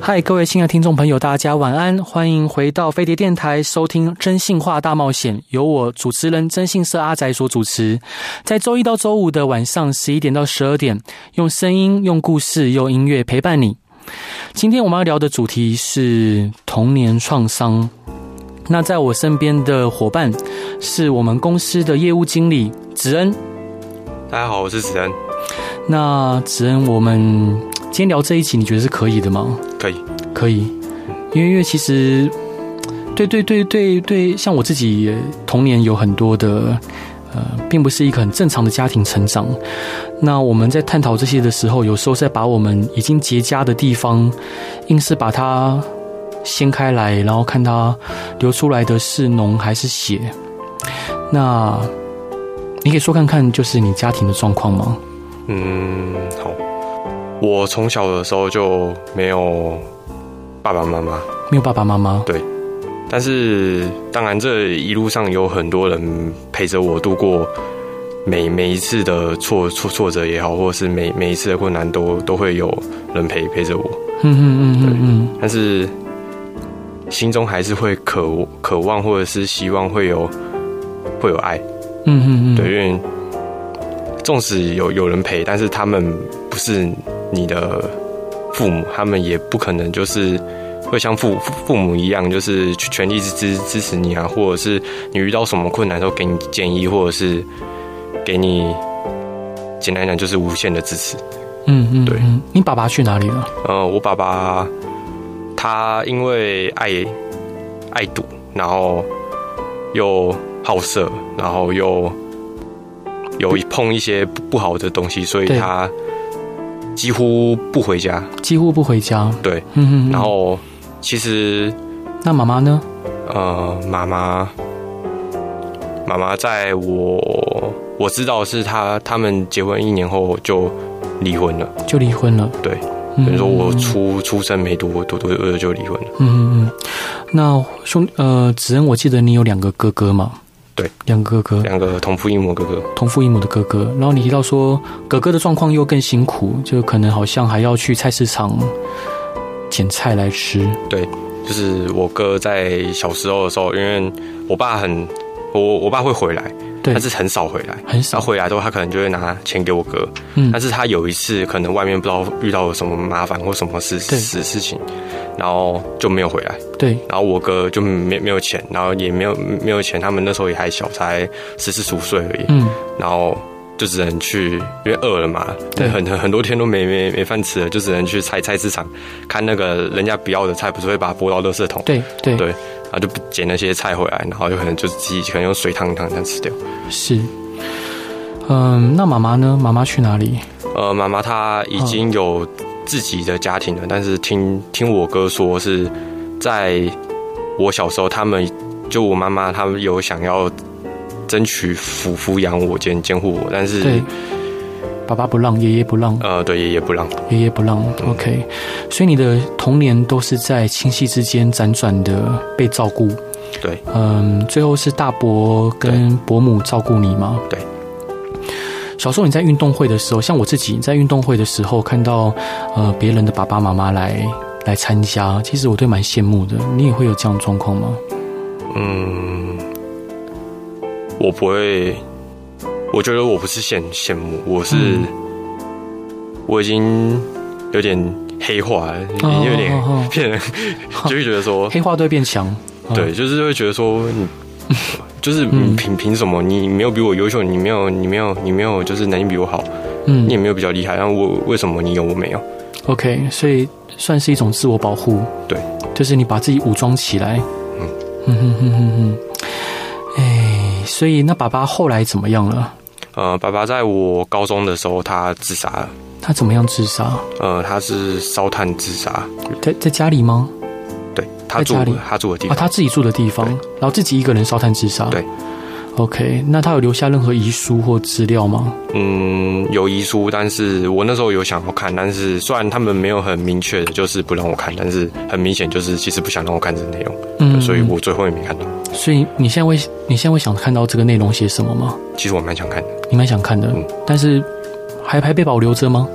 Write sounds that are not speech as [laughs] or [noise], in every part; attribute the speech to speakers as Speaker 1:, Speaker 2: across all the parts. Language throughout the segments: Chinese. Speaker 1: 嗨，各位亲爱的听众朋友，大家晚安！欢迎回到飞碟电台，收听《真性化大冒险》，由我主持人真性社阿仔所主持。在周一到周五的晚上十一点到十二点，用声音、用故事、用音乐陪伴你。今天我们要聊的主题是童年创伤。那在我身边的伙伴是我们公司的业务经理子恩。
Speaker 2: 大家好，我是子恩，
Speaker 1: 那子恩，我们今天聊这一集，你觉得是可以的吗？
Speaker 2: 可以，
Speaker 1: 可以，因为因为其实，对对对对对，像我自己也童年有很多的，呃，并不是一个很正常的家庭成长。那我们在探讨这些的时候，有时候在把我们已经结痂的地方，硬是把它掀开来，然后看它流出来的是脓还是血。那你可以说看看，就是你家庭的状况吗？
Speaker 2: 嗯，好。我从小的时候就没有爸爸妈妈，
Speaker 1: 没有爸爸妈妈，
Speaker 2: 但是当然这一路上有很多人陪着我度过每每一次的挫挫挫折也好，或者是每每一次的困难都都会有人陪陪着我，
Speaker 1: 嗯嗯嗯嗯嗯。
Speaker 2: 但是心中还是会渴渴望或者是希望会有会有爱，
Speaker 1: 嗯嗯嗯，
Speaker 2: 对，因为纵使有有人陪，但是他们不是你的父母，他们也不可能就是会像父父父母一样，就是去全力支支支持你啊，或者是你遇到什么困难都给你建议，或者是给你简单讲就是无限的支持。
Speaker 1: 嗯嗯，
Speaker 2: 对
Speaker 1: 嗯你爸爸去哪里了？
Speaker 2: 呃，我爸爸他因为爱爱赌，然后又好色，然后又有碰一些不不好的东西，所以
Speaker 1: 对
Speaker 2: 他几乎不回家。
Speaker 1: 几乎不回家。
Speaker 2: 对，
Speaker 1: 嗯嗯嗯。
Speaker 2: 然后其实
Speaker 1: 那妈妈呢？
Speaker 2: 呃，妈妈妈妈在我我知道是他他们结婚一年后就离婚了，
Speaker 1: 就离婚了。
Speaker 2: 对
Speaker 1: 嗯，
Speaker 2: 等于说我
Speaker 1: 嗯
Speaker 2: 出出生没多多多多久就离婚了。
Speaker 1: 嗯嗯嗯。那兄呃，子恩，我记得你有两个哥哥嘛？
Speaker 2: 对，
Speaker 1: 两个哥哥，
Speaker 2: 两个同父异母哥哥。
Speaker 1: 同父异母的哥哥。然后你提到说，哥哥的状况又更辛苦，就可能好像还要去菜市场捡菜来吃。
Speaker 2: 就是我哥在小时候的时候，因为我爸很，我我爸会回来，
Speaker 1: 对
Speaker 2: 但，是很少回来。
Speaker 1: 很
Speaker 2: 他
Speaker 1: 少。
Speaker 2: 回来之后，他可能就会拿钱给我哥。
Speaker 1: 嗯
Speaker 2: 但是他有一次可能外面不知道遇到了什么麻烦或什么事
Speaker 1: 对
Speaker 2: 事事情，然后就没有回来。
Speaker 1: 对，
Speaker 2: 然后我哥就没没有钱，然后也没有没有钱。他们那时候也还小，才十四十五岁而已。
Speaker 1: 嗯，
Speaker 2: 然后就只能去，因为饿了嘛，
Speaker 1: 对
Speaker 2: 很很很多天都没没没饭吃了，就只能去菜菜市场看那个人家不要的菜，不是会把它拨到垃圾桶，
Speaker 1: 对对
Speaker 2: 对然后就捡那些菜回来，然后就可能就自己可能用水烫一烫这样吃掉。
Speaker 1: 是。嗯，那妈妈呢？妈妈去哪里？
Speaker 2: 呃，妈妈她已经有自己的家庭了，但是听听我哥说是在我小时候，他们就我妈妈他们有想要争取抚抚养我监监护我，但
Speaker 1: 对
Speaker 2: 是，
Speaker 1: 爸爸不让，爷爷不让。
Speaker 2: 呃对爷爷不让。
Speaker 1: 爷爷不让，OK，所以你的童年都是在亲戚之间辗转的被照顾。
Speaker 2: 对，
Speaker 1: 嗯，最后是大伯跟伯母照顾你吗？
Speaker 2: 对。
Speaker 1: 小时候你在运动会的时候，像我自己在运动会的时候，看到呃别人的爸爸妈妈来来参加，其实我都蛮羡慕的。你也会有这样的状况吗？
Speaker 2: 嗯，我不会，我觉得我不是羡羡慕，我是、
Speaker 1: 嗯
Speaker 2: 我已经有点黑化了，已经有点
Speaker 1: 哦哦
Speaker 2: 骗人，就会觉得 [laughs] 说，
Speaker 1: 黑化都会变强。哦
Speaker 2: 对，就是会觉得说你。 [laughs] 就是
Speaker 1: 嗯
Speaker 2: 你凭凭什么？你没有比我优秀，你没有你没有你没有，就是能力比我好，
Speaker 1: 嗯
Speaker 2: 你也没有比较厉害。然后啊我为什么你有我没有？
Speaker 1: ，OK，所以算是一种自我保护。
Speaker 2: 对，
Speaker 1: 就是你把自己武装起来。
Speaker 2: 嗯
Speaker 1: 嗯哼哼哼哼。哎，所以那爸爸后来怎么样了？
Speaker 2: 呃，爸爸在我高中的时候他自杀了，
Speaker 1: 他怎么样自杀？
Speaker 2: 呃，他是烧炭自杀，
Speaker 1: 在在家里吗？
Speaker 2: 对，他住
Speaker 1: 在家里
Speaker 2: 他住的地
Speaker 1: 啊，
Speaker 2: 方，
Speaker 1: 他自己住的地方
Speaker 2: 对，
Speaker 1: 然后自己一个人烧炭自杀。
Speaker 2: 对
Speaker 1: ，OK，那他有留下任何遗书或资料吗？
Speaker 2: 嗯，有遗书，但是我那时候有想要看，但是虽然他们没有很明确的，就是不让我看，但是很明显就是其实不想让我看这内容，
Speaker 1: 嗯
Speaker 2: 所以我最后也没看到。
Speaker 1: 所以你现在会你现在会想看到这个内容写什么吗？
Speaker 2: 其实我蛮想看的，
Speaker 1: 你蛮想看的，
Speaker 2: 嗯
Speaker 1: 但是还还被保留着吗？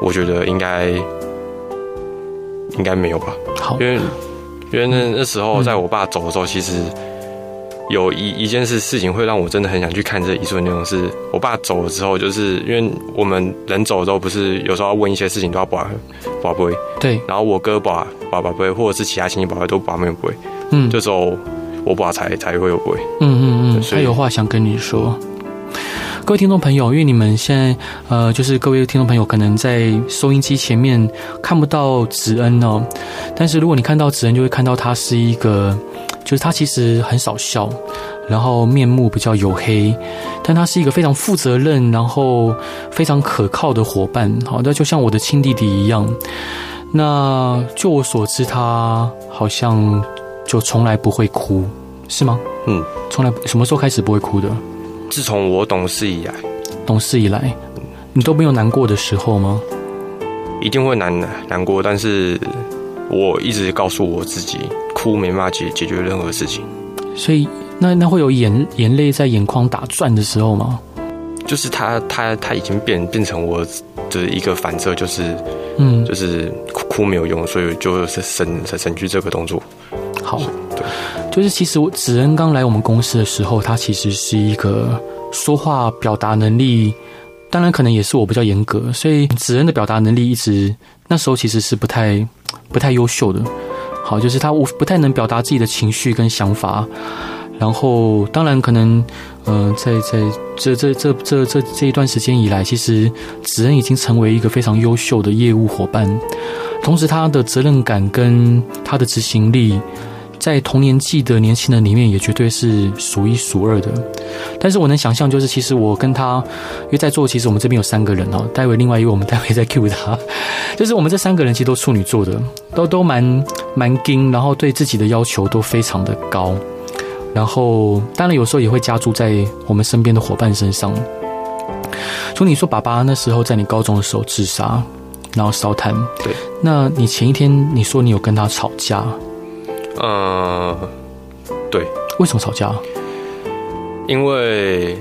Speaker 2: 我觉得应该应该没有吧，
Speaker 1: 好
Speaker 2: 因，为因为那那时候在我爸走的时候，其实有一一件事事情会让我真的很想去看这遗书的内容，是我爸走了之后，就是因为我们人走了之后，不是有时候要问一些事情都要把把不会，
Speaker 1: 对，
Speaker 2: 然后我哥把把把不会，或者是其他亲戚把会都把没有不会，
Speaker 1: 嗯，
Speaker 2: 这时候我爸才才会有不会。
Speaker 1: 嗯嗯嗯，
Speaker 2: 所
Speaker 1: 他
Speaker 2: 以
Speaker 1: 有话想跟你说。各位听众朋友，因为你们现在呃，就是各位听众朋友可能在收音机前面看不到子恩哦，但是如果你看到子恩，就会看到他是一个，就是他其实很少笑，然后面目比较黝黑，但他是一个非常负责任，然后非常可靠的伙伴。好，那就像我的亲弟弟一样。那就我所知，他好像就从来不会哭，是吗？
Speaker 2: 嗯，
Speaker 1: 从来什么时候开始不会哭的？
Speaker 2: 自从我懂事以来，
Speaker 1: 懂事以来，你都没有难过的时候吗？
Speaker 2: 一定会难难过，但是我一直告诉我自己，哭没办法解解决任何事情。
Speaker 1: 所以那那会有眼眼泪在眼眶打转的时候吗？
Speaker 2: 就是他他他已经变变成我的一个反射，就是
Speaker 1: 嗯，
Speaker 2: 就是哭哭没有用，所以就是省省省去这个动作。
Speaker 1: 好
Speaker 2: 对，
Speaker 1: 就是其实我子恩刚来我们公司的时候，他其实是一个说话表达能力，当然可能也是我比较严格，所以子恩的表达能力一直那时候其实是不太不太优秀的。好，就是他无不太能表达自己的情绪跟想法，然后当然可能，呃，在在这这这这这这一段时间以来，其实子恩已经成为一个非常优秀的业务伙伴，同时他的责任感跟他的执行力，在同年纪的年轻人里面也绝对是数一数二的。但是我能想象，就是其实我跟他，因为在座其实我们这边有三个人哦，待会另外一位我们待会再 Q 他， [laughs] 就是我们这三个人其实都处女座的，都都蛮蛮精，然后对自己的要求都非常的高，然后当然有时候也会加注在我们身边的伙伴身上。从你说爸爸那时候在你高中的时候自杀，然后烧炭，
Speaker 2: 对，
Speaker 1: 那你前一天你说你有跟他吵架，
Speaker 2: 呃，
Speaker 1: 为什么吵架？
Speaker 2: 因为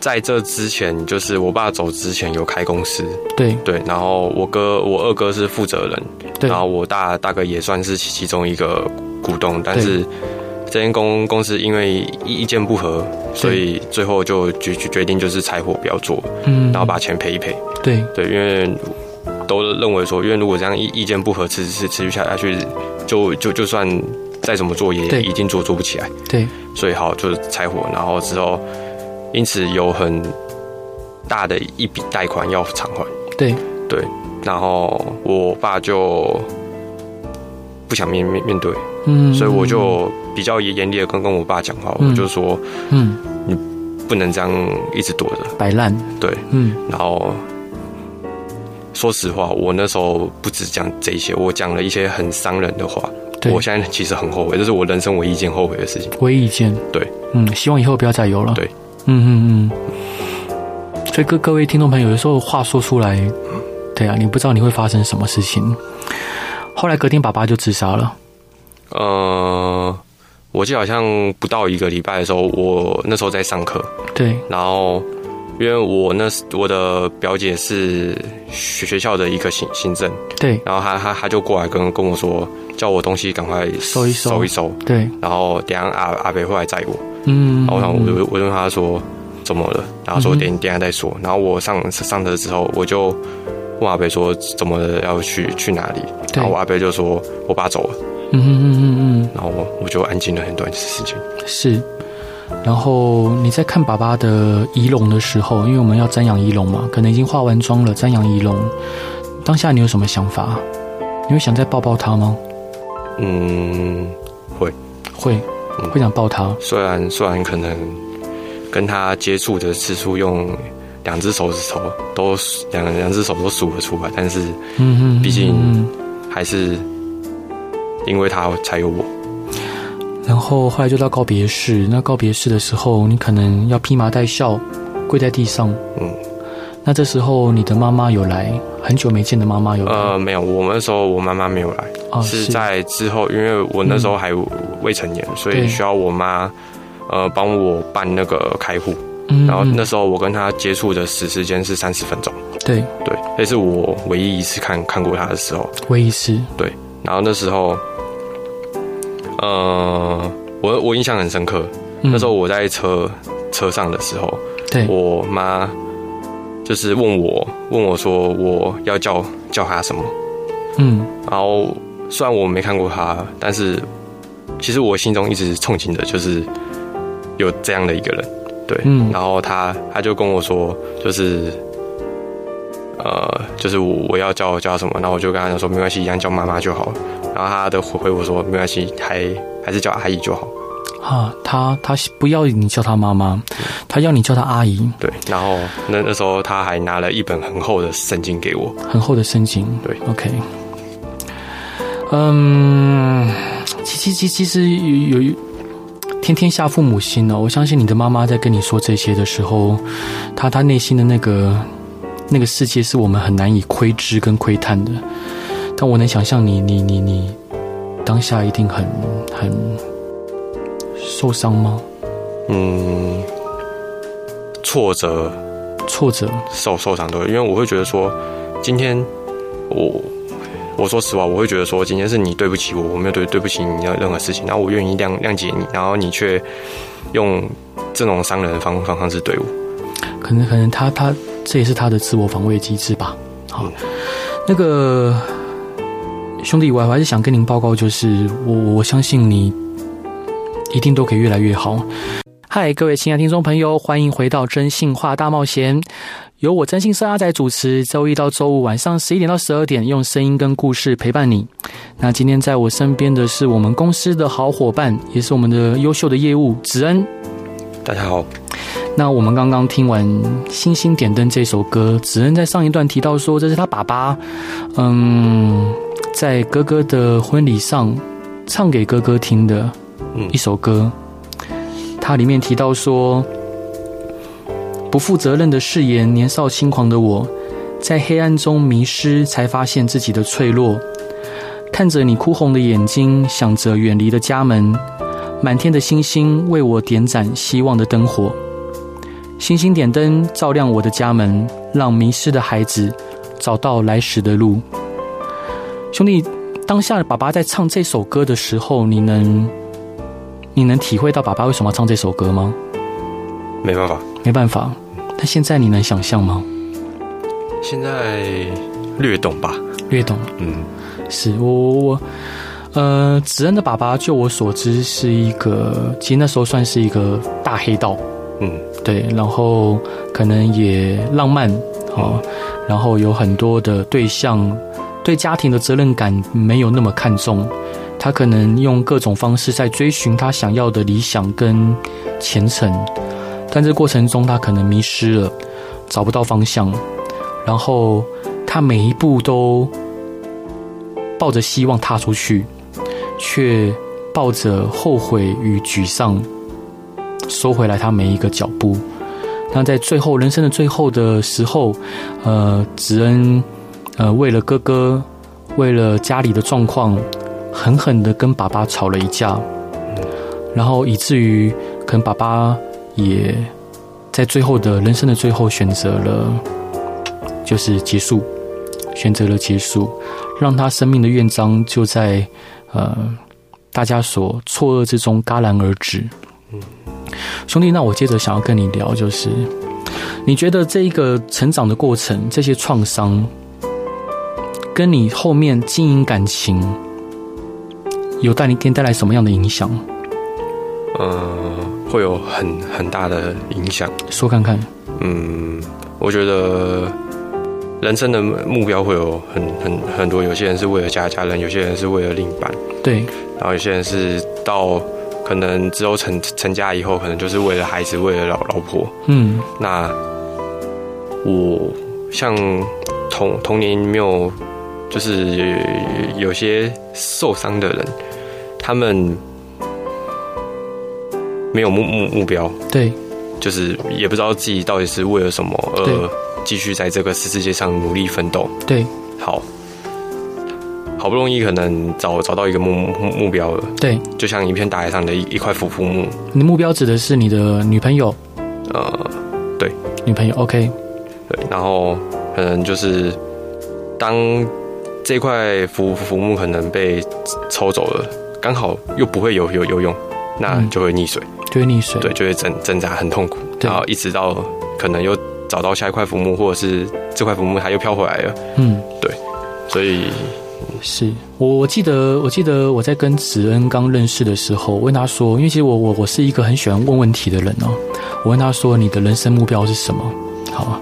Speaker 2: 在这之前，就是我爸走之前有开公司，
Speaker 1: 对
Speaker 2: 对，然后我哥我二哥是负责人，
Speaker 1: 对
Speaker 2: 然，后我大大哥也算是其其中一个股东，但是这间公公司因为意意见不合，所以最后就决决决定就是拆伙不要做，
Speaker 1: 嗯，
Speaker 2: 然后把钱赔一赔。
Speaker 1: 对
Speaker 2: 对，因为都认为说，因为如果这样意意见不合，持持持续下下去，就就就算再怎么做也
Speaker 1: 对
Speaker 2: 一定做做不起来，
Speaker 1: 对，
Speaker 2: 所以好就是拆伙，然后之后因此有很大的一笔贷款要偿还。
Speaker 1: 对，
Speaker 2: 对，然后我爸就不想面面面对，
Speaker 1: 嗯，
Speaker 2: 所以我就比较严严厉的跟跟我爸讲话，
Speaker 1: 嗯
Speaker 2: 我就说
Speaker 1: 嗯
Speaker 2: 不能这样一直躲着，
Speaker 1: 摆烂，
Speaker 2: 对，
Speaker 1: 嗯
Speaker 2: 然后说实话，我那时候不止讲这一些，我讲了一些很伤人的话。
Speaker 1: 对
Speaker 2: 我现在其实很后悔，这是我人生唯一一件后悔的事情。
Speaker 1: 唯一意见，
Speaker 2: 对，
Speaker 1: 嗯，希望以后不要再有了，
Speaker 2: 对，
Speaker 1: 嗯嗯嗯，所以各各位听众朋友，有时候话说出来，对啊，你不知道你会发生什么事情。后来隔天，爸爸就自杀了。
Speaker 2: 呃，我记得好像不到一个礼拜的时候，我那时候在上课，
Speaker 1: 对，
Speaker 2: 然后因为我那时我的表姐是学学校的一个行行政，
Speaker 1: 对，
Speaker 2: 然后她她她就过来跟跟我说，叫我东西赶快
Speaker 1: 收一收
Speaker 2: 收一收，
Speaker 1: 对，
Speaker 2: 然后等一下阿阿北会来载我，
Speaker 1: 嗯，
Speaker 2: 然后我就我就问他说怎么了，然后说
Speaker 1: 嗯哼
Speaker 2: 等等一下再说。然后我上上车之后，我就问阿北说怎么了要去去哪里，
Speaker 1: 对
Speaker 2: 然后我阿北就说我爸走了，
Speaker 1: 嗯嗯嗯嗯
Speaker 2: 然后我我就安静了很短时间。
Speaker 1: 嗯，是。然后你在看爸爸的仪容的时候，因为我们要瞻仰仪容嘛，可能已经化完妆了，瞻仰仪容。当下你有什么想法？你会想再抱抱他吗？
Speaker 2: 嗯，
Speaker 1: 会，
Speaker 2: 嗯
Speaker 1: 会想抱他。
Speaker 2: 虽然虽然可能跟他接触的次数用两只手指头都两两只手都数得出来，但是
Speaker 1: 嗯嗯，
Speaker 2: 毕竟
Speaker 1: 嗯嗯
Speaker 2: 还是因为他才有我。
Speaker 1: 然后后来就到告别式，那告别式的时候，你可能要披麻戴孝，跪在地上。
Speaker 2: 嗯，
Speaker 1: 那这时候你的妈妈有来，很久没见的妈妈有来
Speaker 2: 呃，没有，我那时候我妈妈没有来，
Speaker 1: 啊，
Speaker 2: 是在之后，因为我那时候还未成年，所
Speaker 1: 嗯
Speaker 2: 以
Speaker 1: 对
Speaker 2: 需要我妈呃帮我办那个开户。
Speaker 1: 嗯
Speaker 2: 然后
Speaker 1: 嗯
Speaker 2: 那时候我跟她接触的时时间是三十分钟，
Speaker 1: 对，
Speaker 2: 对，那是我唯一一次看看过她的时候。
Speaker 1: 我也是，
Speaker 2: 然后那时候，呃，我我印象很深刻，
Speaker 1: 嗯
Speaker 2: 那时候我在车车上的时候，
Speaker 1: 对，
Speaker 2: 我妈就是问我问我说我要叫叫她什么，
Speaker 1: 嗯
Speaker 2: 然后虽然我没看过她，但是其实我心中一直憧憬的就是有这样的一个人，对，
Speaker 1: 嗯
Speaker 2: 然后她她就跟我说就是。呃，就是我我要叫叫她什么，然后我就跟她讲说没关系，一样叫妈妈就好了。然后她的回回我说没关系，还还是叫阿姨就好。
Speaker 1: 啊，她她不要你叫她妈妈，她要你叫她阿姨，
Speaker 2: 对，然后那那时候他还拿了一本很厚的圣经给我，
Speaker 1: 很厚的圣经。
Speaker 2: 对
Speaker 1: ，OK，嗯，其其其其实有有天天下父母心哦，我相信你的妈妈在跟你说这些的时候，她她内心的那个那个世界是我们很难以窥知跟窥探的，但我能想象你你你你当下一定很很受伤吗？
Speaker 2: 嗯，挫折、
Speaker 1: 挫折，
Speaker 2: 受受伤都有，因为我会觉得说，今天我我说实话，我会觉得说，今天是你对不起我，我没有对对不起你的任何事情，然后我愿意谅谅解你，然后你却用这种伤人的方方方式对我，
Speaker 1: 可能可能他他这也是他的自我防卫机制吧。好，那个兄弟，我还是想跟您报告，就是我我相信你一定都可以越来越好。嗨，各位亲爱的听众朋友，欢迎回到《真性话大冒险》，由我真性社阿仔主持，周一到周五晚上十一点到十二点，用声音跟故事陪伴你。那今天在我身边的是我们公司的好伙伴，也是我们的优秀的业务子恩。
Speaker 2: 大家好，
Speaker 1: 那我们刚刚听完《星星点灯》这首歌，子恩在上一段提到说，这是他爸爸，嗯，在哥哥的婚礼上唱给哥哥听的
Speaker 2: 嗯
Speaker 1: 一首歌。它里面提到说，不负责任的誓言，年少轻狂的我，在黑暗中迷失，才发现自己的脆弱。看着你哭红的眼睛，想着远离的家门，满天的星星为我点盏希望的灯火。星星点灯照亮我的家门，让迷失的孩子找到来时的路。兄弟，当下爸爸在唱这首歌的时候，你能你能体会到爸爸为什么要唱这首歌吗？
Speaker 2: 没办法，
Speaker 1: 没办法，但现在你能想象吗？
Speaker 2: 现在略懂吧，
Speaker 1: 略懂，
Speaker 2: 嗯，
Speaker 1: 是我我我，呃，子恩的爸爸，就我所知是一个，其实那时候算是一个大黑道，
Speaker 2: 嗯，
Speaker 1: 对，然后可能也浪漫哦，然后有很多的对象，对家庭的责任感没有那么看重，他可能用各种方式在追寻他想要的理想跟前程，但这过程中他可能迷失了，找不到方向，然后他每一步都抱着希望踏出去，却抱着后悔与沮丧收回来他每一个脚步。那在最后人生的最后的时候，呃，子恩，呃，为了哥哥，为了家里的状况，狠狠的跟爸爸吵了一架，然后以至于可能爸爸也在最后的人生的最后选择了，就是结束，选择了结束。让他生命的乐章就在呃大家所错愕之中戛然而止。兄弟，那我接着想要跟你聊，就是你觉得这一个成长的过程，这些创伤，跟你后面经营感情，有带你给你带来什么样的影响？
Speaker 2: 呃，会有很很大的影响。
Speaker 1: 说看看。
Speaker 2: 嗯，我觉得人生的目标会有很很很多，有些人是为了家家人，有些人是为了另一半，
Speaker 1: 对，
Speaker 2: 然后有些人是到可能之后成成家以后，可能就是为了孩子，为了老老婆。
Speaker 1: 嗯，
Speaker 2: 那我像童童年没有就是有些受伤的人，他们没有目目目标，
Speaker 1: 对
Speaker 2: 就是也不知道自己到底是为了什么
Speaker 1: 对
Speaker 2: 而继续在这个世界上努力奋斗。
Speaker 1: 对
Speaker 2: 好，好不容易可能找找到一个目目目标了，
Speaker 1: 对，
Speaker 2: 就像一片大海上的一一块浮浮木，
Speaker 1: 你的目标指的是你的女朋友，
Speaker 2: 呃，
Speaker 1: 女朋友 OK，
Speaker 2: 对，然后可能就是当这块浮浮木可能被抽走了，刚好又不会游游游泳，那
Speaker 1: 嗯
Speaker 2: 就会溺水，
Speaker 1: 就会溺水，
Speaker 2: 对，就会挣挣扎很痛苦，
Speaker 1: 对
Speaker 2: 然后一直到可能又找到下一块浮木，或者是这块浮木它又飘回来了，
Speaker 1: 嗯，
Speaker 2: 所以
Speaker 1: 是我我记得我记得我在跟子恩刚认识的时候，我问他说，因为其实我我我是一个很喜欢问问题的人哦，我问他说你的人生目标是什么？好啊，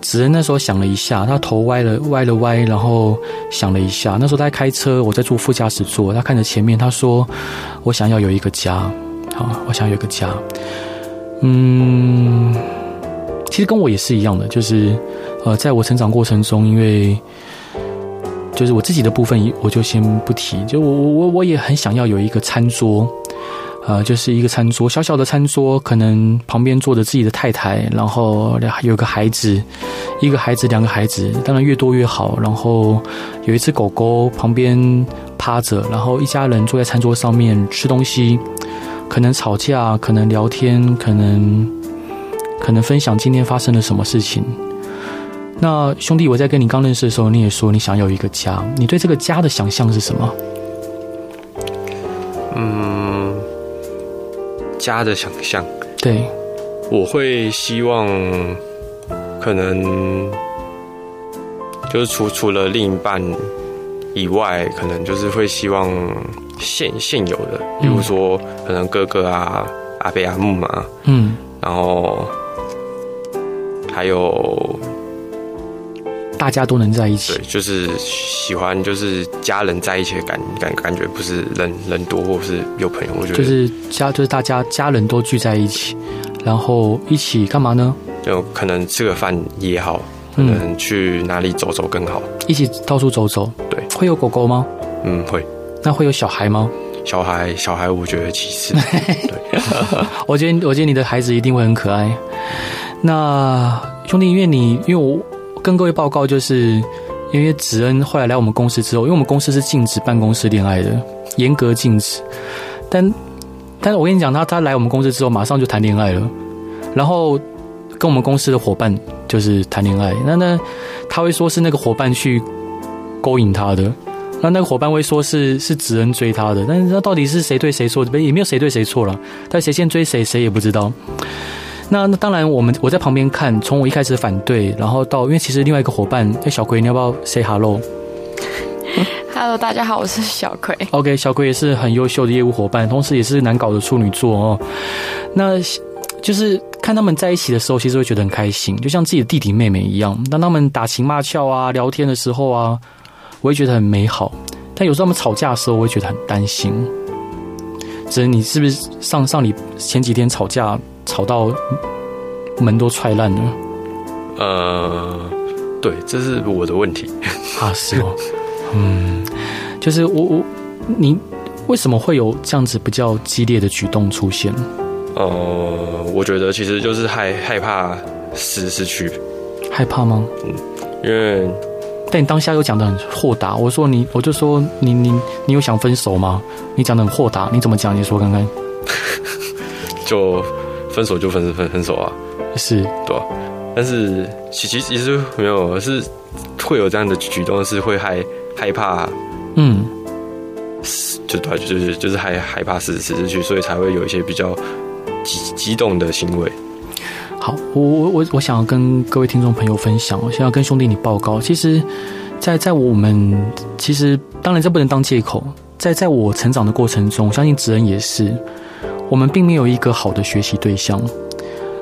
Speaker 1: 子恩那时候想了一下，他头歪了歪了歪，然后想了一下，那时候他在开车，我在坐副驾驶座，他看着前面，他说我想要有一个家，好，我想要有一个家，嗯，其实跟我也是一样的，就是呃，在我成长过程中，因为就是我自己的部分，我就先不提。就我我我我也很想要有一个餐桌，呃，就是一个餐桌，小小的餐桌，可能旁边坐着自己的太太，然后有个孩子，一个孩子，两个孩子，当然越多越好。然后有一只狗狗旁边趴着，然后一家人坐在餐桌上面吃东西，可能吵架，可能聊天，可能可能分享今天发生了什么事情。那兄弟，我在跟你刚认识的时候，你也说你想要有一个家，你对这个家的想象是什么？
Speaker 2: 嗯，家的想象。
Speaker 1: 对，
Speaker 2: 我会希望，可能就是除除了另一半以外，可能就是会希望现现有的，比如说可能哥哥啊、阿伯阿姆啊，
Speaker 1: 嗯，
Speaker 2: 然后还有
Speaker 1: 大家都能在一
Speaker 2: 对
Speaker 1: 起，，
Speaker 2: 就是喜欢就是家人在一起的感感感觉，不是人人多或是有朋友，我觉得
Speaker 1: 就是家，就是大家家人都聚在一起，然后一起干嘛呢？
Speaker 2: 就可能吃个饭也好，可
Speaker 1: 嗯，
Speaker 2: 能去哪里走走更好，
Speaker 1: 一起到处走走。
Speaker 2: 对，
Speaker 1: 会有狗狗吗？
Speaker 2: 嗯，会。
Speaker 1: 那会有小孩吗？
Speaker 2: 小孩，小孩，我觉得其实
Speaker 1: 我觉得，我觉得你的孩子一定会很可爱。那兄弟，因为你，因为我跟各位报告，就是因为子恩后来来我们公司之后，因为我们公司是禁止办公室恋爱的，严格禁止。但，但是我跟你讲，他他来我们公司之后，马上就谈恋爱了，然后跟我们公司的伙伴就是谈恋爱。那那他会说是那个伙伴去勾引他的。那那个伙伴会说是是子恩追他的，但是那到底是谁对谁错？也没有谁对谁错了。但谁先追谁，谁也不知道。那那当然，我们我在旁边看，从我一开始反对，然后到因为其实另外一个伙伴，哎、小葵，你要不要 say hello？OK，、
Speaker 3: Hello，大家好，我是小葵。
Speaker 1: OK，小葵也是很优秀的业务伙伴，同时也是难搞的处女座哦。那就是看他们在一起的时候，其实会觉得很开心，就像自己的弟弟妹妹一样。当他们打情骂俏啊、聊天的时候啊，我会觉得很美好。但有时候他们吵架的时候，我会觉得很担心。只是你是不是上上礼前几天吵架吵到门都踹烂了
Speaker 2: 呃，对，这是我的问题。
Speaker 1: 啊？是哦，嗯，就是我我你为什么会有这样子比较激烈的举动出现？
Speaker 2: 呃，我觉得其实就是害害怕失失去，
Speaker 1: 害怕吗？
Speaker 2: 因为
Speaker 1: 但你当下又讲的很豁达，我说你，我就说你你你有想分手吗？你讲的很豁达，你怎么讲？你说看看，
Speaker 2: 就分手就分分分手啊，
Speaker 1: 是
Speaker 2: 对吧、但是其其其实没有，是会有这样的举动，是会害害怕，
Speaker 1: 嗯
Speaker 2: 就对啊，就是就是害害怕失失去，所以才会有一些比较激激动的行为。
Speaker 1: 好，我我我我想要跟各位听众朋友分享，我想要跟兄弟你报告，其实在，在我们其实当然这不能当借口，在在我成长的过程中，我相信子恩也是，我们并没有一个好的学习对象，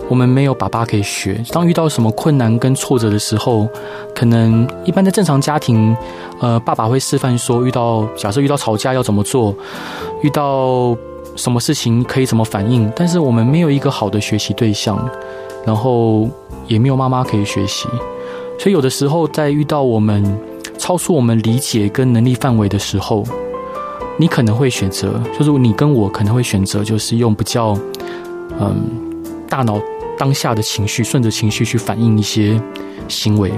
Speaker 1: 我们没有爸爸可以学。当遇到什么困难跟挫折的时候，可能一般在正常家庭，呃，爸爸会示范说，遇到假设遇到吵架要怎么做，遇到什么事情可以怎么反应，但是我们没有一个好的学习对象。然后也没有妈妈可以学习，所以有的时候在遇到我们超出我们理解跟能力范围的时候，你可能会选择，就是你跟我可能会选择，就是用比较嗯大脑当下的情绪，顺着情绪去反映一些行为，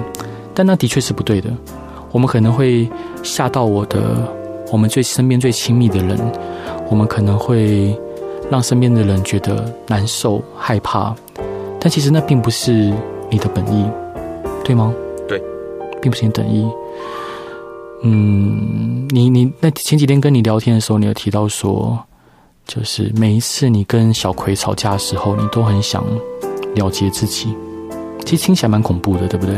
Speaker 1: 但那的确是不对的。我们可能会吓到我的，我们最身边最亲密的人，我们可能会让身边的人觉得难受、害怕，但其实那并不是你的本意，对吗？
Speaker 2: 对，
Speaker 1: 并不是你的本意。嗯，你你那前几天跟你聊天的时候，你有提到说，就是每一次你跟小葵吵架的时候，你都很想了结自己。其实听起来蛮恐怖的，对不对？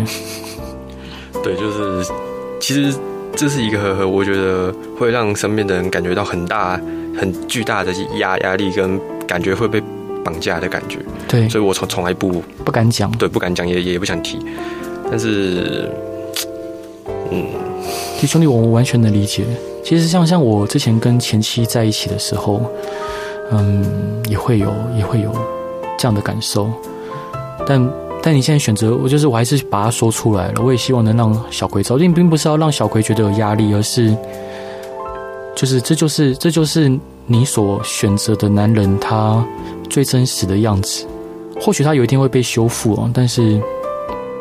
Speaker 2: 对，就是其实这是一个和和，我觉得会让身边的人感觉到很大、很巨大的压压力，跟感觉会被绑架的感觉。
Speaker 1: 对，
Speaker 2: 所以我从从来不
Speaker 1: 不敢讲。
Speaker 2: 对不敢讲，也也不想提。但是，嗯，
Speaker 1: 其实兄弟，我完全能理解。其实像像我之前跟前妻在一起的时候，嗯，也会有也会有这样的感受，但但你现在选择，我就是我还是把它说出来了。我也希望能让小葵知道，因为并不是要让小葵觉得有压力，而是就是这就是这就是你所选择的男人他最真实的样子。或许他有一天会被修复哦，但是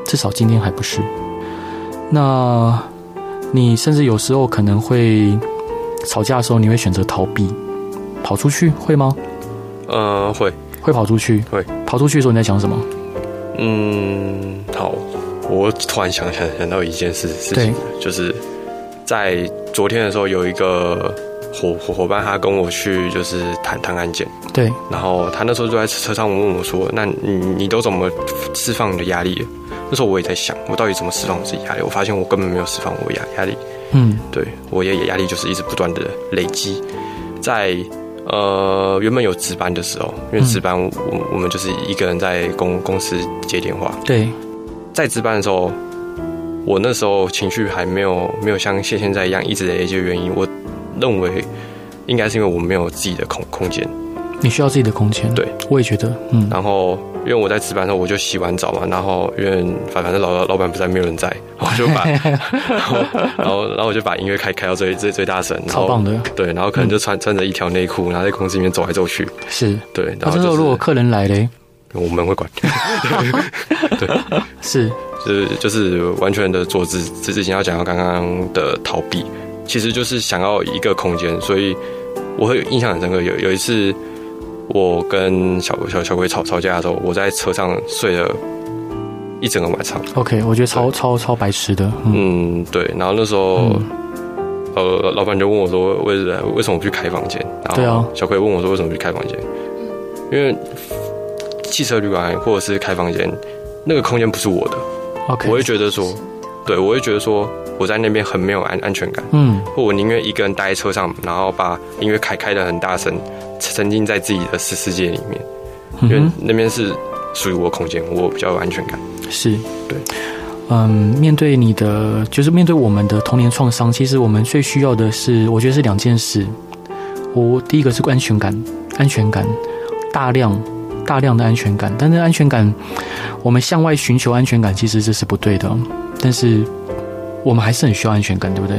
Speaker 1: 至少今天还不是。那你甚至有时候可能会吵架的时候，你会选择逃避，跑出去，会吗？
Speaker 2: 呃，会，
Speaker 1: 会跑出去，
Speaker 2: 会
Speaker 1: 跑出去的时候你在想什么？
Speaker 2: 嗯，好，我突然想想想到一件事事情，就是在昨天的时候，有一个伙伙伙伴，他跟我去就是谈谈案件，
Speaker 1: 对，
Speaker 2: 然后他那时候就在车上问我说：“那你你都怎么释放你的压力了？”那时候我也在想，我到底怎么释放我自己压力？我发现我根本没有释放我压压力，
Speaker 1: 嗯，
Speaker 2: 对我也压力就是一直不断的累积，在呃原本有值班的时候，因为值班我、我们就是一个人在公公司接电话，
Speaker 1: 对，
Speaker 2: 在值班的时候，我那时候情绪还没有没有像现现在一样一直累积的原因，我认为应该是因为我没有自己的空空间，
Speaker 1: 你需要自己的空间，
Speaker 2: 对，
Speaker 1: 我也觉得，嗯，
Speaker 2: 然后因为我在值班的时候，我就洗完澡嘛，然后因为反反正老老老板不在，没有人在，我就把然后然后然后我就把音乐开开到最最最大声，然
Speaker 1: 超
Speaker 2: 后
Speaker 1: 棒的，
Speaker 2: 对，然后可能就穿、穿着一条内裤，然后在公司里面走来走去，
Speaker 1: 是。
Speaker 2: 对，然
Speaker 1: 那
Speaker 2: 后
Speaker 1: 这时
Speaker 2: 就
Speaker 1: 候
Speaker 2: 是
Speaker 1: 如果客人来嘞，
Speaker 2: 我们会管，
Speaker 1: 是
Speaker 2: 就是就是完全的做自自之前要讲到刚刚的逃避，其实就是想要一个空间，所以我会有印象很深刻，有有一次我跟小小小鬼吵吵架的时候，我在车上睡了一整个晚上。
Speaker 1: OK，我觉得超超超白痴的，嗯，
Speaker 2: 嗯，对。然后那时候，呃，老老板就问我说，为什为什么不去开房间？
Speaker 1: 对
Speaker 2: 然
Speaker 1: 啊
Speaker 2: 后小葵问我说，为什么不去开房间？因为汽车旅馆或者是开房间，那个空间不是我的，
Speaker 1: ，OK，
Speaker 2: 我会觉得说，对我会觉得说，我在那边很没有安安全感，
Speaker 1: 嗯，
Speaker 2: 或我宁愿一个人待在车上，然后把音乐开开的很大声，沉浸在自己的世世界里面，
Speaker 1: 嗯
Speaker 2: 因为
Speaker 1: 哼
Speaker 2: 那边是属于我的空间，我比较有安全感。
Speaker 1: 是，
Speaker 2: 对，
Speaker 1: 嗯，面对你的，就是面对我们的童年创伤，其实我们最需要的是，我觉得是两件事。我第一个是安全感，安全感，大量大量的安全感，但是安全感，我们向外寻求安全感，其实这是不对的，但是我们还是很需要安全感，对不对？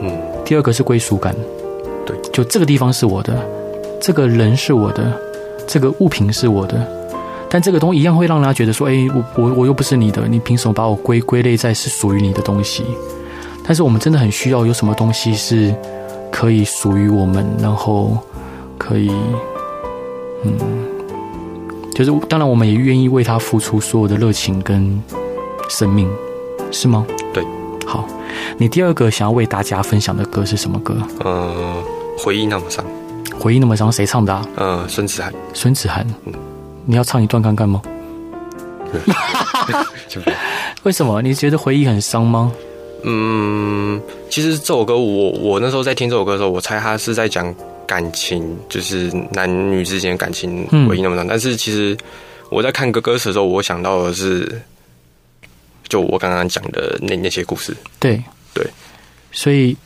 Speaker 2: 嗯，
Speaker 1: 第二个是归属感，
Speaker 2: 对，
Speaker 1: 就这个地方是我的，这个人是我的，这个物品是我的，但这个东西一样会让人家觉得说，哎、我我我又不是你的，你凭什么把我归归类在是属于你的东西？但是我们真的很需要有什么东西是可以属于我们，然后可以，嗯，就是当然我们也愿意为他付出所有的热情跟生命，是吗？
Speaker 2: 对，
Speaker 1: 好，你第二个想要为大家分享的歌是什么歌？
Speaker 2: 呃，回忆那么伤，
Speaker 1: 回忆那么伤，谁唱的、啊？
Speaker 2: 呃，孙子涵。
Speaker 1: 孙子涵
Speaker 2: 嗯。
Speaker 1: 你要唱一段看看吗？
Speaker 2: [laughs] 就不要
Speaker 1: 为什么？你觉得回忆很伤吗？
Speaker 2: 嗯，其实这首歌我我那时候在听这首歌的时候，我猜他是在讲感情，就是男女之间的感情
Speaker 1: 嗯
Speaker 2: 唯一那么长。但是其实我在看歌歌词的时候，我想到的是，就我刚刚讲的那那些故事，
Speaker 1: 对
Speaker 2: 对，
Speaker 1: 所以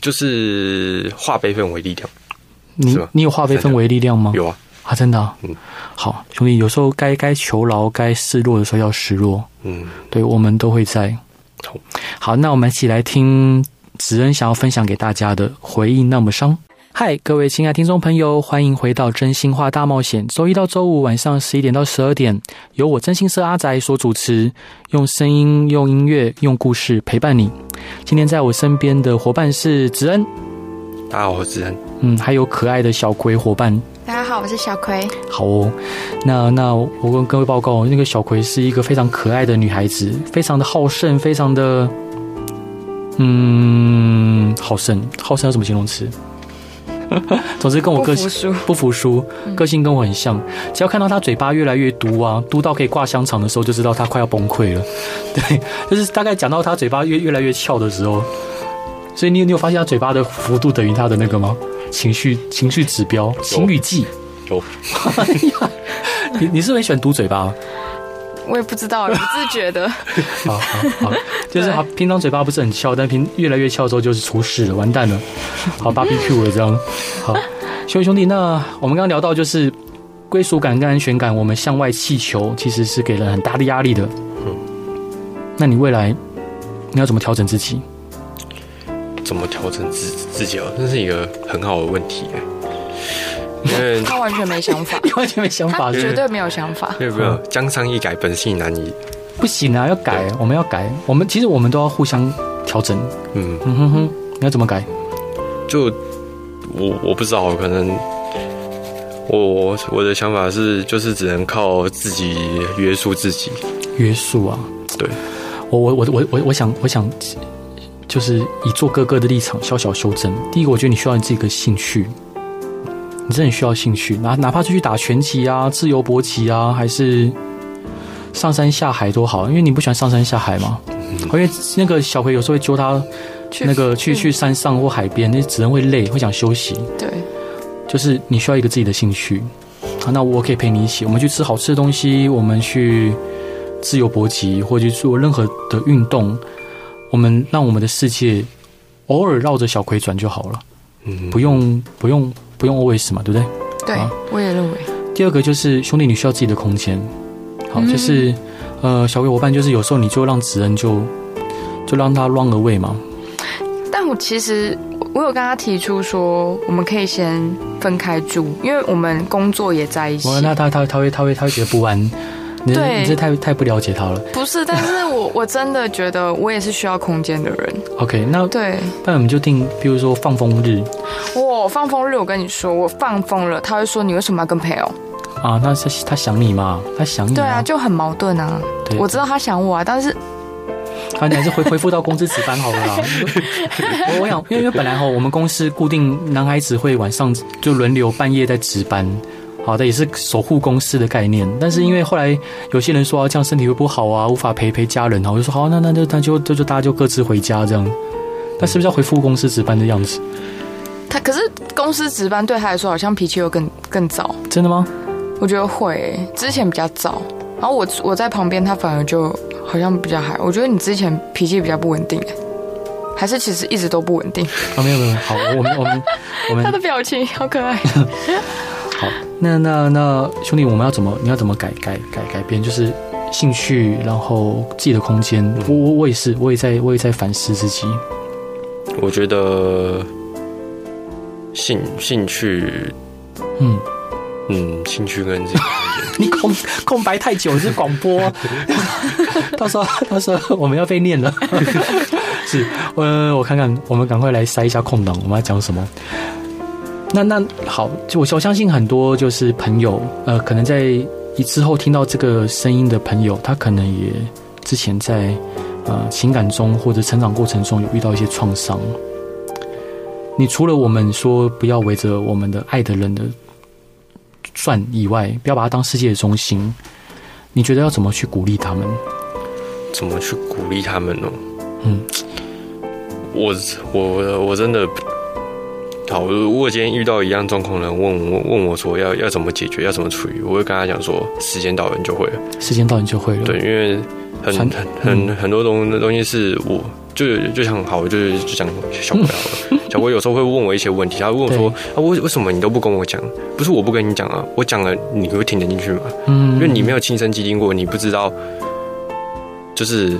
Speaker 2: 就是化悲愤为力量。
Speaker 1: 你
Speaker 2: 是吧
Speaker 1: 你有化悲愤为力量吗？
Speaker 2: 有啊，
Speaker 1: 啊，真的、啊。
Speaker 2: 嗯
Speaker 1: 好，兄弟，有时候该该求饶、该示弱的时候要示弱，
Speaker 2: 嗯，
Speaker 1: 对我们都会在。
Speaker 2: 同。
Speaker 1: 好，那我们一起来听子恩想要分享给大家的回忆那么伤。嗨，各位亲爱听众朋友，欢迎回到《真心话大冒险》。周一到周五晚上十一点到十二点，由我真心社阿宅所主持，用声音、用音乐、用故事陪伴你。今天在我身边的伙伴是子恩，
Speaker 2: 大家好，我是子恩。
Speaker 1: 嗯，还有可爱的小葵伙伴。
Speaker 3: 大家好，我是小葵。
Speaker 1: 好哦，那那我跟各位报告，那个小葵是一个非常可爱的女孩子，非常的好胜，非常的，嗯，好胜，好胜要怎么形容词？ [laughs] 总之跟我个性
Speaker 3: 不服输，嗯
Speaker 1: 不服输，个性跟我很像。只要看到她嘴巴越来越嘟啊，嘟到可以挂香肠的时候，就知道她快要崩溃了。 [laughs] 对，就是大概讲到她嘴巴越越来越翘的时候，所以你你有发现她嘴巴的幅度等于她的那个吗？情绪情绪指标，情绪计。
Speaker 2: 有
Speaker 1: [laughs] 你你是不是很喜欢嘟嘴巴？
Speaker 3: 我也不知道，我自
Speaker 1: [laughs]
Speaker 3: 觉的。
Speaker 1: 好哦好好，就是他平常嘴巴不是很翘，但平越来越翘之后就是出事了，完蛋了，好 BBQ 了这样。好，兄弟兄弟，那我们刚刚聊到就是归属感跟安全感，我们向外气球其实是给人很大的压力的。嗯
Speaker 2: 嗯，
Speaker 1: 那你未来你要怎么调整自己？ [laughs]
Speaker 2: 怎么调整自自己哦？这是一个很好的问题哎，因
Speaker 3: [laughs]
Speaker 2: 为。
Speaker 3: 他完全没想法，
Speaker 1: 你完全没想法
Speaker 3: 他
Speaker 1: 是
Speaker 3: 绝
Speaker 1: 不是？
Speaker 3: 对没有想法
Speaker 2: 没有没有，江山易改，本性难移。
Speaker 1: 不行啊，要改，我们要改，我们其实我们都要互相调整。
Speaker 2: 嗯，
Speaker 1: 嗯哼哼，你要怎么改？
Speaker 2: 就我我不知道，可能我我我的想法是，就是只能靠自己约束自己。
Speaker 1: 约束啊，
Speaker 2: 对，
Speaker 1: 我我我我我我想我想，就是以做哥哥的立场小小修正。第一个，我觉得你需要你自己的兴趣，你真的需要兴趣，哪哪怕就去打拳击啊、自由搏击啊，还是上山下海都好，因为你不喜欢上山下海嘛。因为那个小葵有时候会揪他
Speaker 3: 去嗯
Speaker 1: 那个去去山上或海边，那只能会累，会想休息。
Speaker 3: 对，
Speaker 1: 就是你需要一个自己的兴趣。好，那我可以陪你一起，我们去吃好吃的东西，我们去自由搏击，或者去做任何的运动，我们让我们的世界偶尔绕着小葵转就好了，
Speaker 2: 嗯，
Speaker 1: 不用不用不用 always 嘛，对不对？
Speaker 3: 对
Speaker 1: 好，
Speaker 3: 我也认为。
Speaker 1: 第二个就是兄弟，你需要自己的空间。好，
Speaker 3: 嗯
Speaker 1: 就是、呃，小葵伙伴，就是有时候你就让子恩就就让他 run away 嘛，
Speaker 3: 但我其实我有跟他提出说，我们可以先分开住，因为我们工作也在一起。
Speaker 1: 完了那他他他会他会他会觉得不安，你这
Speaker 3: 对
Speaker 1: 你这太太不了解他了。
Speaker 3: 不是，但是
Speaker 1: [laughs]
Speaker 3: 我我真的觉得我也是需要空间的人。
Speaker 1: OK，那
Speaker 3: 对
Speaker 1: 不然我们就定，比如说放风日
Speaker 3: 我放风日，我跟你说，我放风了，他会说你为什么要跟朋友？
Speaker 1: 啊，那是他想你嘛，他想你、
Speaker 3: 对啊，
Speaker 1: 啊，
Speaker 3: 就很矛盾啊。
Speaker 1: 对
Speaker 3: 我知道他想我啊，但是
Speaker 1: 啊，你还是回回复到公司值班好了
Speaker 3: [laughs]
Speaker 1: 啦。我我想，因为因为本来哈，我们公司固定男孩子会晚上就轮流半夜在值班。好的，也是守护公司的概念，但是因为后来有些人说、啊、这样身体会不好啊，无法陪陪家人啊，我就说好，那那就那就就就大家就各自回家这样。那是不是要回复公司值班的样子？
Speaker 3: 他可是公司值班对他来说好像脾气又更更早，
Speaker 1: 真的吗？
Speaker 3: 我觉得会、之前比较早，然后我我在旁边，他反而就好像比较还，我觉得你之前脾气比较不稳定、还是其实一直都不稳定。
Speaker 1: 啊，没有没有，好，我们我们我们
Speaker 3: 他的表情好可爱。
Speaker 1: 好，那那那兄弟，我们要怎么？你要怎么改改改改变？就是兴趣，然后自己的空间。我我我也是，我也在我也在反思自己。
Speaker 2: 我觉得兴兴趣，
Speaker 1: 嗯，
Speaker 2: 嗯，兴趣
Speaker 1: [laughs]
Speaker 2: 跟这个
Speaker 1: 你空空白太久，是广播， [laughs] 到时候到时候我们要被念了。 [laughs] 是，呃，我看看，我们赶快来塞一下空档，我们要讲什么？那那好，就我我相信很多就是朋友，呃，可能在一之后听到这个声音的朋友，他可能也之前在呃情感中或者成长过程中有遇到一些创伤。你除了我们说不要围着我们的爱的人的算以外，不要把它当世界的中心。你觉得要怎么去鼓励他们？
Speaker 2: 怎么去鼓励他们呢？哦
Speaker 1: 嗯，
Speaker 2: 我我我真的好，如果今天遇到一样状况的人问我问我说要要怎么解决，要怎么处理，我会跟他讲说时间到了你就会了。
Speaker 1: 时间到你就会了。
Speaker 2: 对，，因为很
Speaker 1: 嗯传嗯
Speaker 2: 很很很多东东西是我就就像好，就是就讲小鬼
Speaker 1: [laughs]
Speaker 2: 好了。小鬼有时候会问我一些问题，他会问我说啊，为为什么你都不跟我讲？不是我不跟你讲啊，我讲了你会听得进去吗？
Speaker 1: 嗯
Speaker 2: 因为你没有亲身经历过，你不知道，就是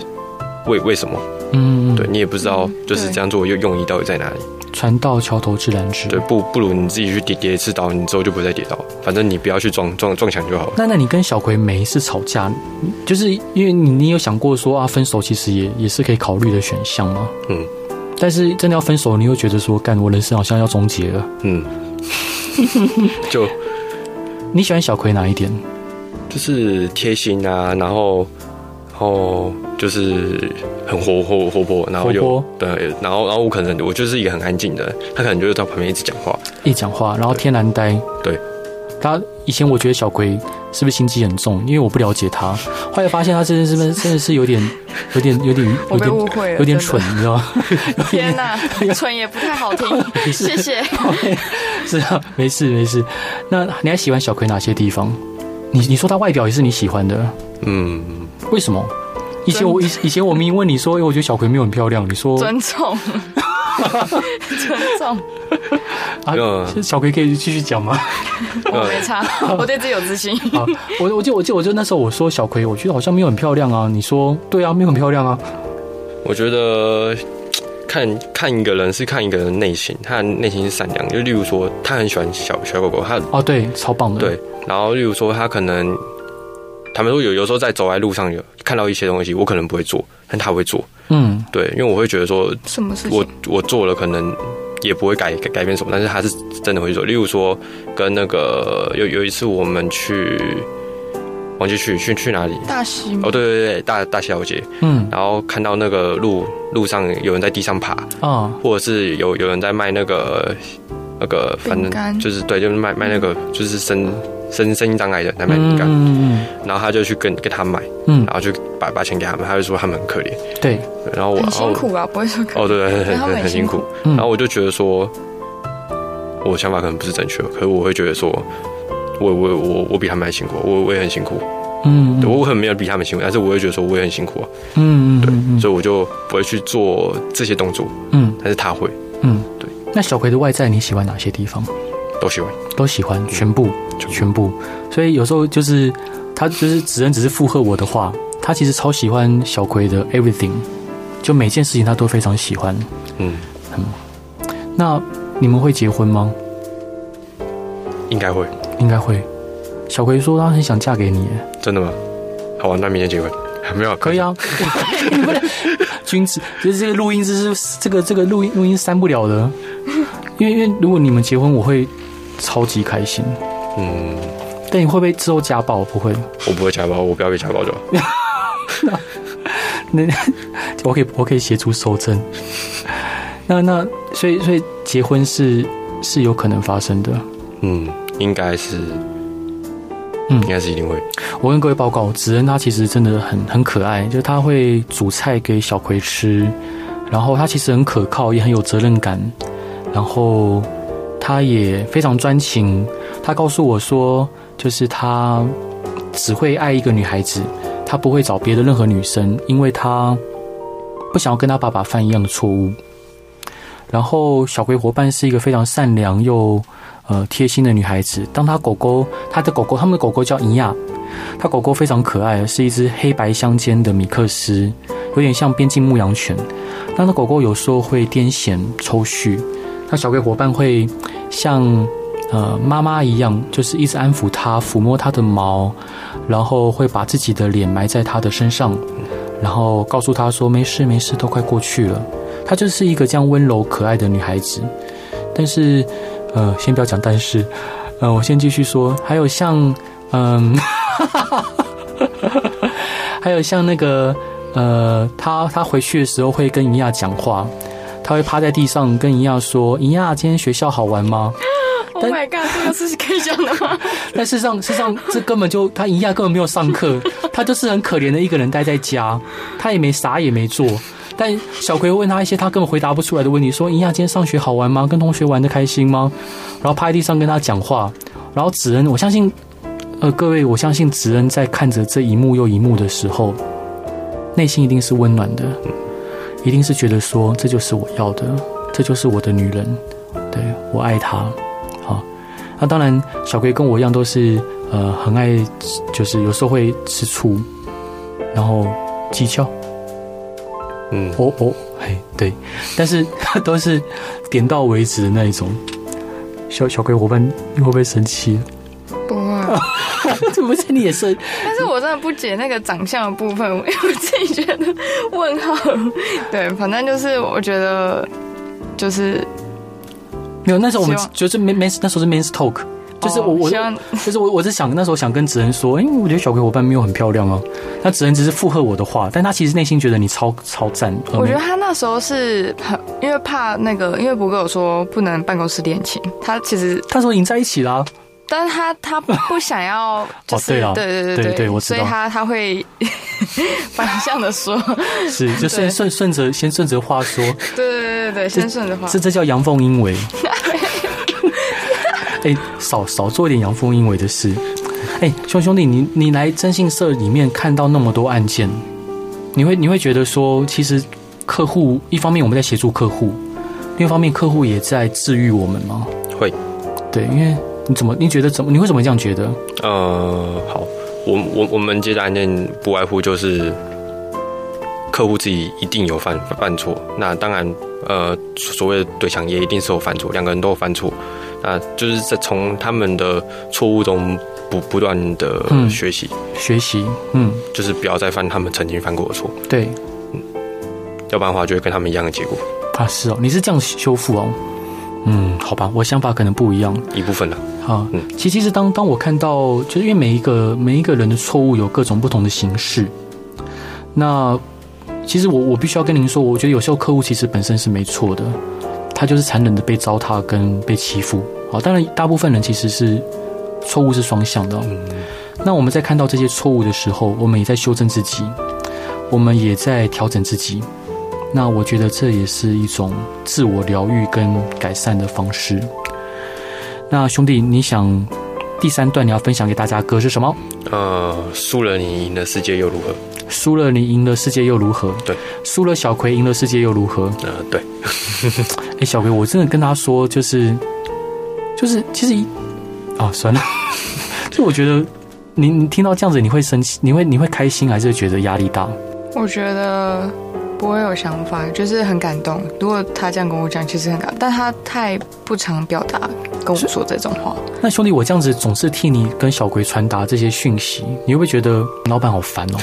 Speaker 2: 为为什么，
Speaker 1: 嗯，
Speaker 2: 对，你也不知道就是这样做又用意到底在哪里。
Speaker 1: 船到桥头自然直。
Speaker 2: 对，不不如你自己去跌跌一次倒，你之后就不会再跌倒了。反正你不要去撞撞撞墙就好了。
Speaker 1: 那那你跟小葵每一次吵架，你就是因为你你有想过说啊，分手其实也也是可以考虑的选项吗？
Speaker 2: 嗯。
Speaker 1: 但是真的要分手，你又觉得说，干，我人生好像要终结了。 [laughs]
Speaker 2: 嗯，就
Speaker 1: 你喜欢小葵哪一点？
Speaker 2: 就是贴心啊，然后然后就是很活活活泼，然后
Speaker 1: 活
Speaker 2: 又
Speaker 1: 泼
Speaker 2: 对，然后然后我可能我就是一个很安静的人，他可能就会在旁边一直讲话。
Speaker 1: 一讲话，然后天然呆。
Speaker 2: 对，
Speaker 1: 他以前我觉得小葵是不是心机很重？因为我不了解他，后来发现他真的是
Speaker 3: [laughs]
Speaker 1: 不是真的是有点有点有点
Speaker 3: 我
Speaker 1: 有
Speaker 3: 被
Speaker 1: 点
Speaker 3: 误会了，
Speaker 1: 有点
Speaker 3: 真的
Speaker 1: 蠢。，你知道
Speaker 3: [laughs]
Speaker 1: 吗？
Speaker 2: [laughs]
Speaker 3: 天哪，蠢也不太好听，谢谢。
Speaker 1: 是啊，没事没事。那你还喜欢小葵哪些地方？你你说他外表也是你喜欢的，
Speaker 2: 嗯，
Speaker 1: 为什么？以前我以以前我明明问你说，哎、我觉得小葵没有很漂亮，你说
Speaker 3: 尊
Speaker 2: [laughs]
Speaker 3: 重，尊重，
Speaker 1: 啊
Speaker 2: 嗯，
Speaker 1: 小葵可以继续讲吗？ [laughs]
Speaker 2: 呃
Speaker 3: 我没差，我对自己有自信。
Speaker 1: 啊，我我记得我记得我就那时候我说小葵，我觉得好像没有很漂亮啊，你说对啊，没有很漂亮啊，
Speaker 2: 我觉得看看一个人是看一个人内心，他的内心是善良。就例如说，他很喜欢小小狗狗，他
Speaker 1: 哦对，超棒的，
Speaker 2: 对，然后例如说他可能，他们说有有时候在走在路上有看到一些东西，我可能不会做，但他会做，
Speaker 1: 嗯，
Speaker 2: 对，因为我会觉得说
Speaker 3: 什么事
Speaker 2: 我？我做了可能也不会改改改变什么，但是他是真的会做。例如说跟那个有有一次我们去，忘记去去去哪里。
Speaker 3: 大西
Speaker 2: 哦，对对对，大大小姐，
Speaker 1: 嗯
Speaker 2: 然后看到那个路路上有人在地上爬，
Speaker 1: 啊，
Speaker 2: 或者是有有人在卖那个那个，反
Speaker 3: 饼干嗯
Speaker 2: 正就是对，就是卖卖那个就是身身身心障碍的在卖饼干，
Speaker 1: 嗯
Speaker 2: 然后他就去跟跟他买，
Speaker 1: 嗯，
Speaker 2: 然后就把把钱给他们，他就说他们很可怜，
Speaker 1: 对，
Speaker 2: 对然后我
Speaker 3: 很辛
Speaker 2: 然后
Speaker 3: 苦啊，不会说可
Speaker 2: 我哦对对
Speaker 3: 对
Speaker 2: 对，
Speaker 3: 他们
Speaker 2: 很
Speaker 3: 很
Speaker 2: 很辛
Speaker 3: 辛苦
Speaker 2: 苦，
Speaker 1: 嗯
Speaker 2: 然后我就觉得说，我的想法可能不是正确，可是我会觉得说。我我我我比他们还辛苦，啊我我也很辛苦，
Speaker 1: 嗯
Speaker 2: 对我可能没有比他们辛苦，但是我会觉得说我也很辛苦啊，
Speaker 1: 嗯嗯
Speaker 2: 所以我就不会去做这些动作，
Speaker 1: 嗯
Speaker 2: 但是他会
Speaker 1: 嗯，
Speaker 2: 对。
Speaker 1: 那小葵的外在你喜欢哪些地方？
Speaker 2: 都喜欢，
Speaker 1: 都喜欢，全部
Speaker 2: 全部
Speaker 1: 全部。所以有时候就是他就是只能只是附和我的话，他其实超喜欢小葵的 everything，就每件事情他都非常喜欢。
Speaker 2: 嗯，
Speaker 1: 那你们会结婚吗？
Speaker 2: 应该会。
Speaker 1: 应该会。小葵说她很想嫁给你耶，
Speaker 2: 真的吗？好啊，那明天结婚？没有，
Speaker 1: 可以
Speaker 2: 啊。
Speaker 1: 啊。你 [laughs] 不能君子，就是这个录音，这是这个这个录音录音删不了的，因为因为如果你们结婚，我会超级开心。
Speaker 2: 嗯，
Speaker 1: 但你会不会之后家暴？不会，
Speaker 2: 我不会家暴，我不要被家暴就好。
Speaker 1: 嗯那 [laughs] 我可以我可以协助收证。那那所以所以结婚是是有可能发生的。
Speaker 2: 嗯，应该是，
Speaker 1: 嗯
Speaker 2: 应该是一定会。
Speaker 1: 我跟各位报告，子恩他其实真的很很可爱，就是他会煮菜给小葵吃，然后他其实很可靠，也很有责任感，然后他也非常专情。他告诉我说，就是他只会爱一个女孩子，他不会找别的任何女生，因为他不想要跟他爸爸犯一样的错误。然后小葵伙伴是一个非常善良又呃贴心的女孩子。当她狗狗，她的狗狗，他们的狗狗叫尼亚，它狗狗非常可爱，是一只黑白相间的米克斯，有点像边境牧羊犬。那它狗狗有时候会癫痫抽搐，那小鬼伙伴会像呃妈妈一样，就是一直安抚它，抚摸它的毛，然后会把自己的脸埋在它的身上，然后告诉它说没事没事，都快过去了。她就是一个这样温柔可爱的女孩子，但是呃，先不要讲但是，呃，我先继续说，还有像嗯。还有像那个呃，他他回去的时候会跟怡亚讲话，他会趴在地上跟怡亚说：“怡亚，今天学校好玩吗
Speaker 3: Oh my god，这个是可以讲的吗？？”
Speaker 1: [laughs] 但事实上，事实上这根本就他怡亚根本没有上课，他就是很可怜的一个人待在家，他也没啥也没做。但小葵问他一些他根本回答不出来的问题，说：“怡亚，今天上学好玩吗？跟同学玩的开心吗？”然后趴在地上跟他讲话，然后子恩，我相信，呃，各位，我相信子恩在看着这一幕又一幕的时候，内心一定是温暖的，一定是觉得说这就是我要的，这就是我的女人，对我爱她。好，那当然，小葵跟我一样都是呃很爱吃，就是有时候会吃醋，然后技巧，
Speaker 2: 嗯，
Speaker 1: 我我哎对，但是 [laughs] 都是点到为止的那一种。小小鬼伙伴，你会不会生气？
Speaker 3: 不会。
Speaker 1: 怎么是你也是？
Speaker 3: 但是我真的不解那个长相的部分，我我自己觉得问号。对，反正就是我觉得就是
Speaker 1: 没有，那时候我们
Speaker 3: 希望
Speaker 1: 就是没没那时候是 men's talk，就是我、
Speaker 3: 哦
Speaker 1: 我嗯
Speaker 3: 希望
Speaker 1: 就是我我是想那时候想跟子恩说，因为我觉得小鬼伙伴没有很漂亮啊，那子恩只是附和我的话，但他其实内心觉得你超超赞。呃
Speaker 3: 我觉得他那时候是很因为怕那个，因为博哥有说不能办公室恋情，他其实，
Speaker 1: 他说已经在一起啦、
Speaker 3: 但是他他不想要，就是、
Speaker 1: 哦对啦
Speaker 3: 对对
Speaker 1: 对
Speaker 3: 对
Speaker 1: 对我知
Speaker 3: 所
Speaker 1: 道
Speaker 3: 以他他会 [laughs] 反向的说，
Speaker 1: 是就
Speaker 3: 对
Speaker 1: 是顺顺着先顺着话说，
Speaker 3: 对对对对对，先顺着话，
Speaker 1: 这这叫阳奉阴违。哎、少少做一点阳奉阴违的事。哎、兄兄弟，你你来征信社里面看到那么多案件，你会你会觉得说，其实客户一方面我们在协助客户，另一方面客户也在治愈我们吗？
Speaker 2: 会。
Speaker 1: 对，因为你怎么你觉得怎么你为什么这样觉得？
Speaker 2: 呃，好，我我我们接的案件不外乎就是客户自己一定有犯犯错，那当然，呃，所谓的对象也一定是有犯错，两个人都有犯错，那就是在从他们的错误中不不断的
Speaker 1: 嗯
Speaker 2: 学习，
Speaker 1: 学习，嗯，
Speaker 2: 就是不要再犯他们曾经犯过的错，
Speaker 1: 对，
Speaker 2: 要不然的话就会跟他们一样的结果，
Speaker 1: 啊是哦，你是这样修复哦，嗯，好吧，我想法可能不一样。
Speaker 2: 一部分啦。
Speaker 1: 啊
Speaker 2: 嗯，
Speaker 1: 其其实当当我看到，就是因为每一个每一个人的错误有各种不同的形式。那其实我我必须要跟您说，我觉得有时候客户其实本身是没错的，他就是残忍的被糟蹋跟被欺负。好，当然大部分人其实是错误是双向的哦。
Speaker 2: 嗯，
Speaker 1: 那我们在看到这些错误的时候，我们也在修正自己，我们也在调整自己。那我觉得这也是一种自我疗愈跟改善的方式。那兄弟，你想第三段你要分享给大家的歌是什么？
Speaker 2: 呃，输了你赢了世界又如何？
Speaker 1: 输了你赢了世界又如何？
Speaker 2: 对，
Speaker 1: 输了小葵赢了世界又如何？
Speaker 2: 呃，对，
Speaker 1: 哎、小葵，我真的跟他说，就是就是，其实一啊，算了， [laughs] 就我觉得你你听到这样子，你会生气，你会你会开心，还是觉得压力大？
Speaker 3: 我觉得不会有想法，就是很感动。如果他这样跟我讲，其实很感动，但他太不常表达跟我说这种话。
Speaker 1: 那兄弟，我这样子总是替你跟小葵传达这些讯息，你会不会觉得老板好烦 [laughs] 哦，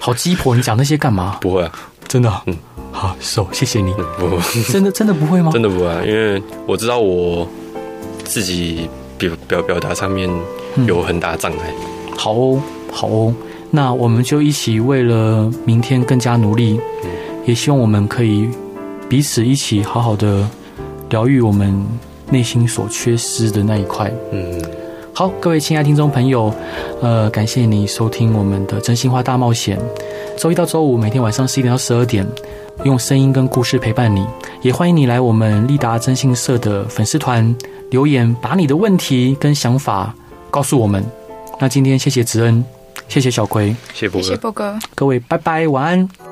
Speaker 1: 好鸡婆？你讲那些干嘛？
Speaker 2: 不会啊，
Speaker 1: 真的啊，
Speaker 2: 嗯
Speaker 1: 好，手谢谢你，
Speaker 2: 嗯不会。
Speaker 1: [laughs] 真的真的不会吗？
Speaker 2: 真的不会啊，因为我知道我自己表表表达上面有很大障碍。
Speaker 1: 好哦，好哦，那我们就一起为了明天更加努力，也希望我们可以彼此一起好好的疗愈我们内心所缺失的那一块。
Speaker 2: 嗯，
Speaker 1: 好，各位亲爱听众朋友，呃，感谢你收听我们的真心话大冒险。周一到周五每天晚上十一点到十二点，用声音跟故事陪伴你。也欢迎你来我们利达征信社的粉丝团留言，把你的问题跟想法告诉我们。那今天谢谢子恩，谢谢小葵，
Speaker 2: 谢谢波
Speaker 3: 谢
Speaker 2: 哥
Speaker 3: 谢。波哥，
Speaker 1: 各位拜拜，晚安。